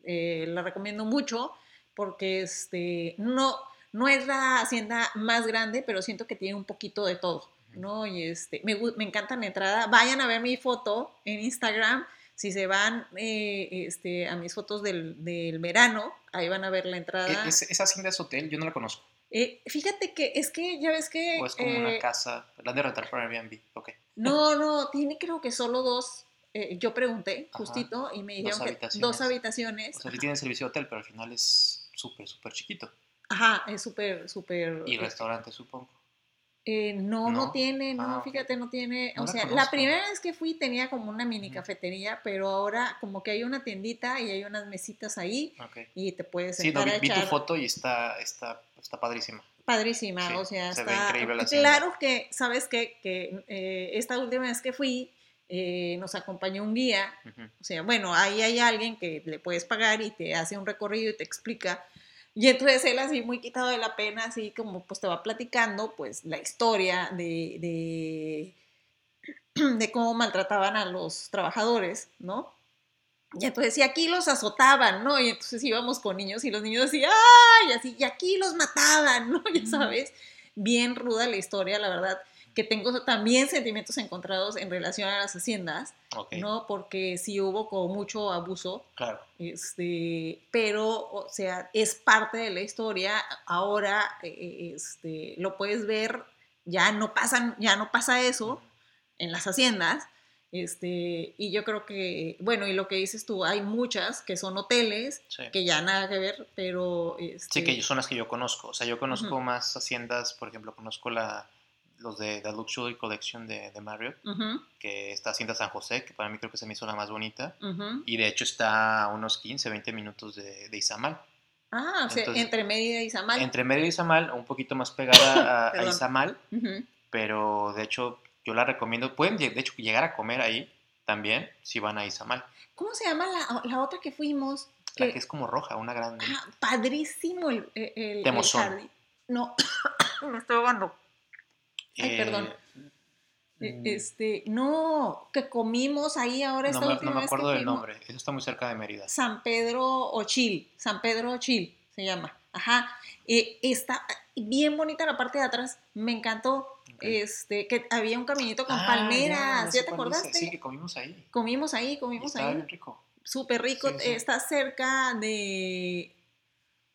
Speaker 2: eh, la recomiendo mucho porque este, no, no es la hacienda más grande, pero siento que tiene un poquito de todo, ¿no? Y este, me, gu- me encanta la entrada. Vayan a ver mi foto en Instagram. Si se van eh, este, a mis fotos del, del verano, ahí van a ver la entrada.
Speaker 1: E- es- esa hacienda es hotel, yo no la conozco.
Speaker 2: Eh, fíjate que es que ya ves que...
Speaker 1: O es como una
Speaker 2: eh,
Speaker 1: casa, la han de rentar para Airbnb, ok.
Speaker 2: No, no, tiene creo que solo dos. Eh, yo pregunté
Speaker 1: Ajá.
Speaker 2: justito y me
Speaker 1: Dos
Speaker 2: dijeron que
Speaker 1: habitaciones.
Speaker 2: dos habitaciones.
Speaker 1: O sea, sí tienen servicio de hotel, pero al final es súper, súper chiquito.
Speaker 2: Ajá, es súper, súper...
Speaker 1: Y restaurante, supongo.
Speaker 2: Eh, no, no,
Speaker 1: ¿No?
Speaker 2: tiene, no,
Speaker 1: Ah, ok.
Speaker 2: fíjate, no tiene.
Speaker 1: No
Speaker 2: o
Speaker 1: la
Speaker 2: sea, la
Speaker 1: conozco.
Speaker 2: primera vez que fui tenía como una mini
Speaker 1: Ujú.
Speaker 2: cafetería, pero ahora como que hay una tiendita y hay unas mesitas ahí
Speaker 1: Ok.
Speaker 2: y te puedes
Speaker 1: Sí, no, vi,
Speaker 2: sentar a
Speaker 1: vi tu
Speaker 2: echar.
Speaker 1: foto y está, está, está padrísima.
Speaker 2: Padrísima,
Speaker 1: Sí,
Speaker 2: o sea,
Speaker 1: se ve
Speaker 2: está.
Speaker 1: increíble la hacienda.
Speaker 2: claro que, ¿sabes qué? Que eh, esta última vez que fui eh, nos acompañó un guía
Speaker 1: Ujú.
Speaker 2: o sea, bueno, ahí hay alguien que le puedes pagar y te hace un recorrido y te explica. Y entonces él así muy quitado de la pena, así como pues te va platicando pues la historia de, de, de cómo maltrataban a los trabajadores, ¿no? Y entonces, y aquí los azotaban, ¿no? Y entonces íbamos con niños y los niños así, ¡ay! Así, y aquí los mataban, ¿no? <laughs> Ya
Speaker 1: Ujú.
Speaker 2: sabes, bien ruda la historia, la verdad, que tengo también sentimientos encontrados en relación a las haciendas.
Speaker 1: Ok,
Speaker 2: ¿no? Porque sí hubo como mucho abuso,
Speaker 1: claro.
Speaker 2: este, pero, o sea, es parte de la historia, ahora eh, este, lo puedes ver, ya no, pasan, ya no pasa eso en las haciendas, este, y yo creo que, bueno, y lo que dices tú, hay muchas que son hoteles,
Speaker 1: Sí.
Speaker 2: que ya nada que ver, pero... este,
Speaker 1: Sí, que son las que yo conozco. O sea, yo conozco
Speaker 2: Ujú.
Speaker 1: más haciendas, por ejemplo, conozco la, los de The Luxury Collection de, de Marriott,
Speaker 2: Ujú,
Speaker 1: que está Hacienda San José, que para mí creo que se me hizo la más bonita.
Speaker 2: ujú.
Speaker 1: Y de hecho está a unos 15, 20 minutos de, de Izamal.
Speaker 2: Ah, o sea,
Speaker 1: Entonces-
Speaker 2: entre Mérida y Zamal.
Speaker 1: Entre medio de Izamal, un poquito más
Speaker 2: <laughs>
Speaker 1: pegada a, a
Speaker 2: Perdón.
Speaker 1: Izamal,
Speaker 2: Ujú.
Speaker 1: pero de hecho yo la recomiendo. Pueden, lle- de hecho, llegar a comer ahí también si van a Izamal.
Speaker 2: ¿Cómo se llama la, la otra que fuimos?
Speaker 1: La que es como roja, una grande.
Speaker 2: Ah, padrísimo el, e, el- el
Speaker 1: Temozón.
Speaker 2: jardín. No, <coughs> me estoy ahogando. ay, perdón. E-
Speaker 1: Eh, mm,
Speaker 2: Este, no, que comimos ahí ahora
Speaker 1: no
Speaker 2: esta
Speaker 1: me,
Speaker 2: última
Speaker 1: no me
Speaker 2: vez que
Speaker 1: acuerdo del
Speaker 2: fuimos.
Speaker 1: nombre. Eso está muy cerca de Mérida.
Speaker 2: San Pedro Ochil, San Pedro Ochil se llama. Ajá. Eh, está bien bonita la parte de atrás, me encantó.
Speaker 1: Ok.
Speaker 2: Este, que había un caminito con
Speaker 1: Ah,
Speaker 2: palmeras,
Speaker 1: ya,
Speaker 2: ¿ya,
Speaker 1: sé
Speaker 2: te
Speaker 1: cuál dices.
Speaker 2: acordaste?
Speaker 1: Sí, que comimos ahí.
Speaker 2: Comimos ahí,
Speaker 1: Y
Speaker 2: comimos
Speaker 1: estaba
Speaker 2: ahí.
Speaker 1: bien rico.
Speaker 2: Súper rico,
Speaker 1: Sí, sí.
Speaker 2: está cerca de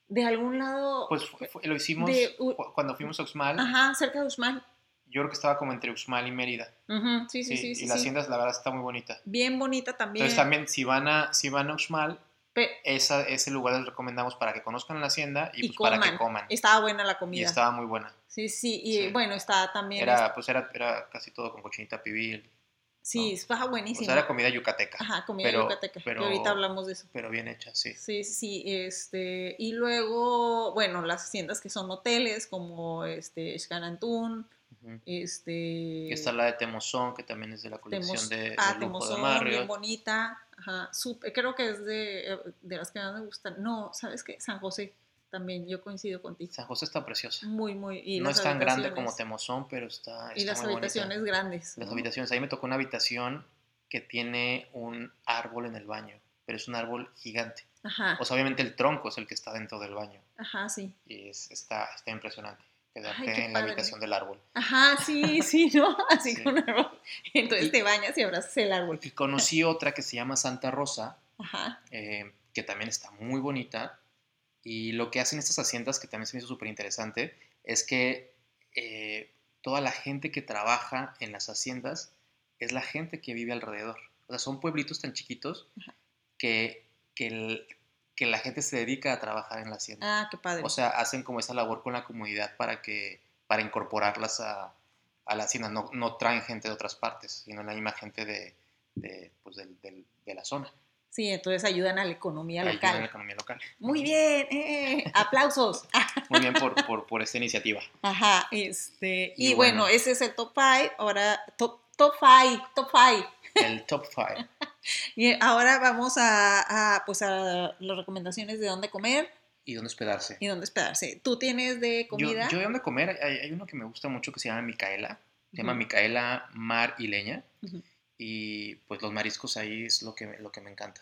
Speaker 2: de algún lado
Speaker 1: Pues fu- fu- lo hicimos
Speaker 2: De u-
Speaker 1: cu- cuando fuimos a Uxmal.
Speaker 2: Ajá, cerca de Uxmal.
Speaker 1: Yo creo que estaba como entre Uxmal y Mérida.
Speaker 2: Ujú, Sí, sí, sí,
Speaker 1: y
Speaker 2: sí.
Speaker 1: la
Speaker 2: sí.
Speaker 1: hacienda, la verdad, está muy bonita.
Speaker 2: Bien bonita también.
Speaker 1: Entonces también, si van a, si van a Uxmal,
Speaker 2: Pe-
Speaker 1: esa, ese lugar les recomendamos para que conozcan la hacienda y,
Speaker 2: Y
Speaker 1: pues, para que coman.
Speaker 2: Estaba buena la
Speaker 1: Y
Speaker 2: comida.
Speaker 1: estaba muy buena.
Speaker 2: Sí, sí, y
Speaker 1: Sí.
Speaker 2: bueno, está también.
Speaker 1: Era, pues era, era casi todo con cochinita pibil.
Speaker 2: Sí,
Speaker 1: ¿no?
Speaker 2: estaba
Speaker 1: O
Speaker 2: buenísimo.
Speaker 1: sea, era comida yucateca,
Speaker 2: Ajá, comida
Speaker 1: pero-
Speaker 2: yucateca, que
Speaker 1: pero-
Speaker 2: ahorita hablamos de eso.
Speaker 1: pero bien hecha, sí.
Speaker 2: Sí, sí, este, y luego, bueno, las haciendas que son hoteles, como este, Xcanantún,
Speaker 1: Ujú.
Speaker 2: este...
Speaker 1: Y está la de Temozón, que también es de la colección
Speaker 2: Temos-
Speaker 1: de, de
Speaker 2: ah,
Speaker 1: lujo
Speaker 2: Temozón,
Speaker 1: de
Speaker 2: bien
Speaker 1: Marriott.
Speaker 2: bonita. Ajá, súper- creo que es de, de las que más me gustan. No, ¿sabes qué? San José, también, yo coincido contigo.
Speaker 1: San José está preciosa.
Speaker 2: Muy, muy. Y
Speaker 1: no
Speaker 2: las
Speaker 1: es tan grande como
Speaker 2: habitaciones.
Speaker 1: Temozón, pero está,
Speaker 2: Y
Speaker 1: está
Speaker 2: las
Speaker 1: muy bonita.
Speaker 2: habitaciones grandes.
Speaker 1: Las
Speaker 2: ¿no?
Speaker 1: habitaciones. Ahí me tocó una habitación que tiene un árbol en el baño, pero es un árbol gigante.
Speaker 2: Ajá,
Speaker 1: O sea, obviamente el tronco es el que está dentro del baño.
Speaker 2: ajá, sí.
Speaker 1: Y es- está, está impresionante. Quedarte
Speaker 2: qué
Speaker 1: en la
Speaker 2: padre.
Speaker 1: habitación del árbol.
Speaker 2: Ajá, sí, <laughs> sí, ¿no? Así
Speaker 1: Sí.
Speaker 2: con árbol. Entonces
Speaker 1: Y-
Speaker 2: te bañas y abrazas el árbol.
Speaker 1: Y conocí
Speaker 2: <laughs>
Speaker 1: otra que se llama Santa Rosa,
Speaker 2: Ajá.
Speaker 1: eh, que también está muy bonita. Y lo que hacen estas haciendas, que también se me hizo súper interesante, es que eh, toda la gente que trabaja en las haciendas es la gente que vive alrededor. O sea, son pueblitos tan chiquitos que, que, el- que la gente se dedica a trabajar en la hacienda.
Speaker 2: Ah, qué padre.
Speaker 1: O sea, hacen como esa labor con la comunidad para que para incorporarlas a, a la hacienda. No, no traen gente de otras partes, sino la misma gente de, de, pues, del- del- de la zona.
Speaker 2: sí, entonces ayudan a la economía
Speaker 1: Ayudan
Speaker 2: local.
Speaker 1: a la economía local.
Speaker 2: Muy bien, eh, aplausos. <laughs>
Speaker 1: Muy bien por, por, por esta iniciativa.
Speaker 2: Ajá, este. Y,
Speaker 1: Y
Speaker 2: bueno,
Speaker 1: bueno.
Speaker 2: ese es el top five. Ahora, top, top five, top five.
Speaker 1: El top 5.
Speaker 2: Y ahora vamos a, a, pues a las recomendaciones de dónde comer,
Speaker 1: y dónde hospedarse.
Speaker 2: y dónde hospedarse. ¿Tú tienes de
Speaker 1: Yo,
Speaker 2: comida?
Speaker 1: yo de dónde comer, hay, hay uno que me gusta mucho que se llama Micaela, se llama
Speaker 2: Ujú.
Speaker 1: Micaela Mar y Leña,
Speaker 2: Ujú.
Speaker 1: y pues los mariscos ahí es lo que, me- lo que me encanta.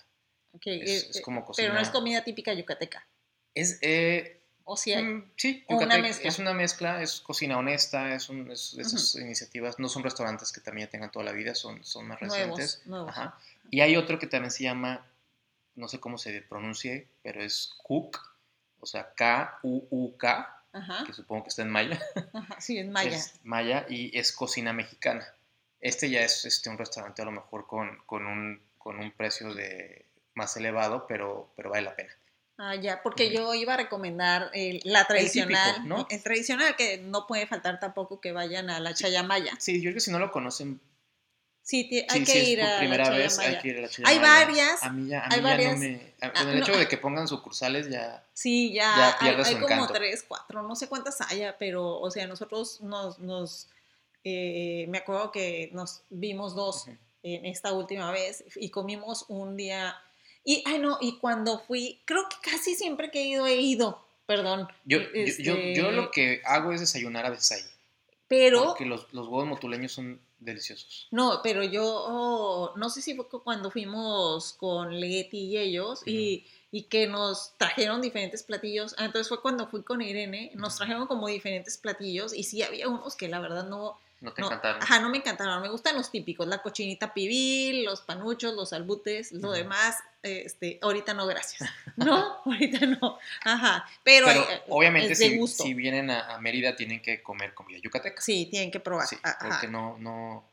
Speaker 2: Ok,
Speaker 1: Es,
Speaker 2: eh,
Speaker 1: es
Speaker 2: eh,
Speaker 1: como cocina.
Speaker 2: pero no es comida típica yucateca.
Speaker 1: es, eh,
Speaker 2: O sea,
Speaker 1: Mm, Sí,
Speaker 2: O una
Speaker 1: Yucatec
Speaker 2: mezcla.
Speaker 1: es una mezcla, es cocina honesta, es, un, es de esas iniciativas, no son restaurantes que también ya tengan toda la vida, son, son más
Speaker 2: Nuevos,
Speaker 1: recientes.
Speaker 2: nuevos.
Speaker 1: Ajá. Y hay otro que también se llama, no sé cómo se pronuncie, pero es Cook, o sea, K-U-U-K,
Speaker 2: ajá,
Speaker 1: que supongo que está en maya. <laughs>
Speaker 2: ajá, sí, en maya.
Speaker 1: Es maya y es cocina mexicana. Este ya es este, un restaurante a lo mejor con, con, un, con un precio de, más elevado, pero, pero vale la pena.
Speaker 2: Ah, ya, porque
Speaker 1: Ujú.
Speaker 2: yo iba a recomendar el- la tradicional, el,
Speaker 1: ¿no?
Speaker 2: tradicional que no puede faltar tampoco que vayan a la Chayamaya.
Speaker 1: Sí, yo creo que si no lo conocen,
Speaker 2: Sí, ti-
Speaker 1: Sí,
Speaker 2: hay
Speaker 1: sí,
Speaker 2: que
Speaker 1: es
Speaker 2: ir
Speaker 1: tu
Speaker 2: a la
Speaker 1: primera vez, hay
Speaker 2: Chayamaya.
Speaker 1: que ir a la
Speaker 2: Hay
Speaker 1: Chayamaya.
Speaker 2: varias,
Speaker 1: A mí ya, a mí
Speaker 2: hay
Speaker 1: ya
Speaker 2: varias.
Speaker 1: no me. a-
Speaker 2: Ah,
Speaker 1: con el
Speaker 2: no,
Speaker 1: hecho
Speaker 2: ah.
Speaker 1: de que pongan sucursales ya.
Speaker 2: Sí, ya,
Speaker 1: Ya
Speaker 2: hay,
Speaker 1: pierde
Speaker 2: hay
Speaker 1: su
Speaker 2: como
Speaker 1: encanto.
Speaker 2: tres, cuatro, no sé cuántas haya, pero, o sea, nosotros nos, nos eh, me acuerdo que nos vimos dos
Speaker 1: Ujú.
Speaker 2: en esta última vez y comimos un día, y, ay no, y cuando fui, creo que casi siempre que he ido, he ido, perdón.
Speaker 1: Yo,
Speaker 2: eh,
Speaker 1: yo- yo, yo,
Speaker 2: este,
Speaker 1: lo que hago es desayunar a veces ahí.
Speaker 2: Pero,
Speaker 1: Porque los, los huevos motuleños son deliciosos.
Speaker 2: no, pero yo, oh, no sé si fue cu- cuando fuimos con Leti y ellos y, y que nos trajeron diferentes platillos. Ah, entonces fue cuando fui con Irene, nos
Speaker 1: Ujú.
Speaker 2: trajeron como diferentes platillos y sí había unos que la verdad no,
Speaker 1: No te
Speaker 2: no,
Speaker 1: encantaron.
Speaker 2: ajá, no me encantaron. Me gustan los típicos, la cochinita pibil, los panuchos, los albutes, lo
Speaker 1: Ujú.
Speaker 2: demás. Este, ahorita no, gracias. <laughs> No, ahorita no. Ajá, pero,
Speaker 1: Pero,
Speaker 2: hay- eh,
Speaker 1: obviamente,
Speaker 2: es de
Speaker 1: si,
Speaker 2: gusto.
Speaker 1: si vienen a, a Mérida, tienen que comer comida yucateca.
Speaker 2: sí, tienen que probar.
Speaker 1: Sí,
Speaker 2: Ah, ajá.
Speaker 1: porque no, no,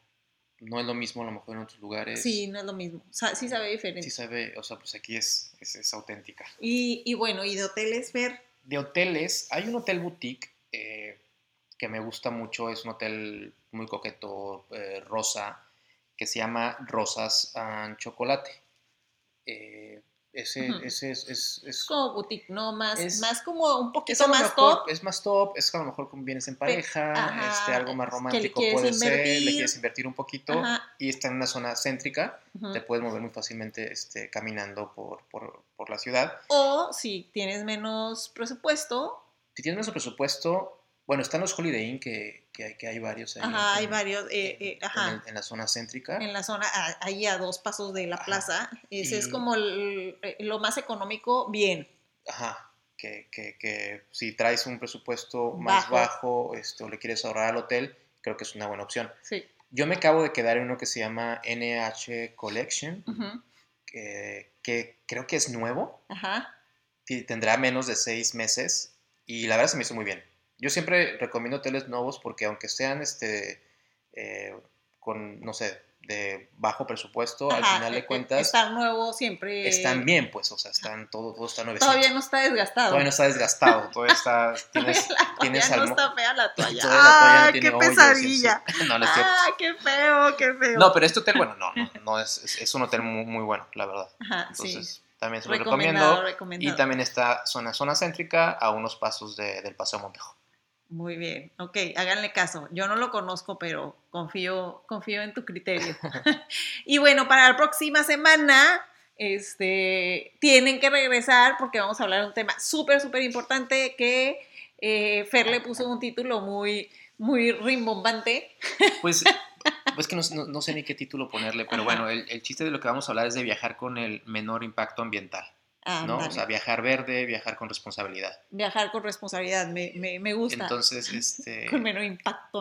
Speaker 1: no es lo mismo a lo mejor en otros lugares.
Speaker 2: Sí, no es lo mismo. Sa- sí sabe diferente.
Speaker 1: eh, Sí sabe, o sea, pues aquí es, es, es auténtica.
Speaker 2: Y, y bueno, y de hoteles ver.
Speaker 1: de hoteles, hay un hotel boutique eh, que me gusta mucho, es un hotel muy coqueto, eh, rosa, que se llama Rosas and Chocolate. Eh, ese,
Speaker 2: Ujú.
Speaker 1: ese es, es, es-
Speaker 2: Es como boutique, ¿no? Más,
Speaker 1: Es-
Speaker 2: más como un
Speaker 1: es
Speaker 2: poquito
Speaker 1: a lo
Speaker 2: más
Speaker 1: mejor-
Speaker 2: top.
Speaker 1: Es más top, es que a lo mejor vienes en pareja,
Speaker 2: ajá,
Speaker 1: este, algo más
Speaker 2: que le
Speaker 1: romántico
Speaker 2: quieres
Speaker 1: puede ser, le
Speaker 2: invertir.
Speaker 1: quieres invertir un poquito
Speaker 2: Ajá.
Speaker 1: y está en una zona céntrica,
Speaker 2: Ujú.
Speaker 1: te puedes mover muy fácilmente este, caminando por, por, por la ciudad.
Speaker 2: O si tienes menos presupuesto,
Speaker 1: Si tienes menos presupuesto, bueno, están los Holiday Inn, que, que, hay- que hay varios ahí.
Speaker 2: ajá,
Speaker 1: en-
Speaker 2: hay varios, eh,
Speaker 1: en-
Speaker 2: eh,
Speaker 1: en
Speaker 2: ajá,
Speaker 1: el- en la zona céntrica.
Speaker 2: en la zona, a- ahí a dos pasos de la
Speaker 1: Ajá.
Speaker 2: plaza. Ese es
Speaker 1: Y-
Speaker 2: como el- eh, lo más económico, bien.
Speaker 1: Ajá. Que, que, que si traes un presupuesto más bajo, este, o le quieres ahorrar al hotel, creo que es una buena opción.
Speaker 2: Sí.
Speaker 1: Yo me acabo de quedar en uno que se llama NH Collection,
Speaker 2: Ujú.
Speaker 1: que, que creo que es nuevo,
Speaker 2: Ajá.
Speaker 1: ti- tendrá menos de seis meses y la verdad se me hizo muy bien. Yo siempre recomiendo hoteles nuevos porque aunque sean este eh, con, no sé, de bajo presupuesto, al
Speaker 2: Ajá,
Speaker 1: final
Speaker 2: eh,
Speaker 1: de
Speaker 2: eh,
Speaker 1: cuentas
Speaker 2: Está nuevo siempre.
Speaker 1: están bien, pues, o sea, están todo, todo está nuevecito.
Speaker 2: Todavía no está desgastado. <laughs>
Speaker 1: Todavía no está desgastado, todavía está, tienes,
Speaker 2: la toalla
Speaker 1: tienes
Speaker 2: no
Speaker 1: al mo-
Speaker 2: está fea
Speaker 1: <laughs>
Speaker 2: la toalla.
Speaker 1: todavía la toalla no
Speaker 2: ¡Ay,
Speaker 1: tiene
Speaker 2: qué
Speaker 1: hoyos y así.
Speaker 2: pesadilla!
Speaker 1: <laughs> No, no es cierto.
Speaker 2: ¡Ah, qué feo, qué feo!
Speaker 1: No, pero este hotel, bueno, no, no, no, es, es, es un hotel muy, muy bueno, la verdad.
Speaker 2: Ajá, Ah, sí.
Speaker 1: Entonces, también se lo
Speaker 2: Recomendado,
Speaker 1: recomiendo.
Speaker 2: recomendado.
Speaker 1: Y también está zona, zona céntrica a unos pasos de- del Paseo Montejo.
Speaker 2: Muy bien, ok, háganle caso. Yo no lo conozco, pero confío, confío en
Speaker 1: <laughs>
Speaker 2: tu criterio. <laughs> y bueno, para la próxima semana, este, tienen que regresar porque vamos a hablar de un tema súper, súper importante que eh, Fer le puso un título muy, muy rimbombante.
Speaker 1: Pues, pues que no, no- no sé ni qué título ponerle, pero
Speaker 2: Ajá.
Speaker 1: bueno, el, el chiste de lo que vamos a hablar es de viajar con el menor impacto ambiental, ¿no?
Speaker 2: Ándale.
Speaker 1: O sea, viajar verde, viajar con responsabilidad.
Speaker 2: viajar con responsabilidad, me, me, me gusta. <laughs>
Speaker 1: Entonces, este...
Speaker 2: con menos impacto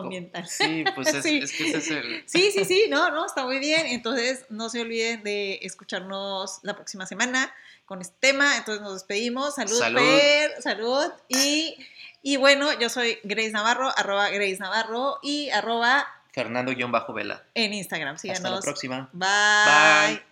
Speaker 1: co-
Speaker 2: ambiental.
Speaker 1: Sí,
Speaker 2: <laughs>
Speaker 1: pues es,
Speaker 2: Sí.
Speaker 1: es que ese es el...
Speaker 2: Sí, sí, sí, no, no, está muy bien. Entonces, no se olviden de escucharnos la próxima semana con este tema. Entonces, nos despedimos. Salud,
Speaker 1: Salud.
Speaker 2: Fer, salud. Y, y bueno, yo soy Grace Navarro, arroba Grace Navarro y arroba
Speaker 1: Fernando-Vela.
Speaker 2: en Instagram.
Speaker 1: Hasta la
Speaker 2: Síganos.
Speaker 1: próxima.
Speaker 2: Bye.
Speaker 1: Bye.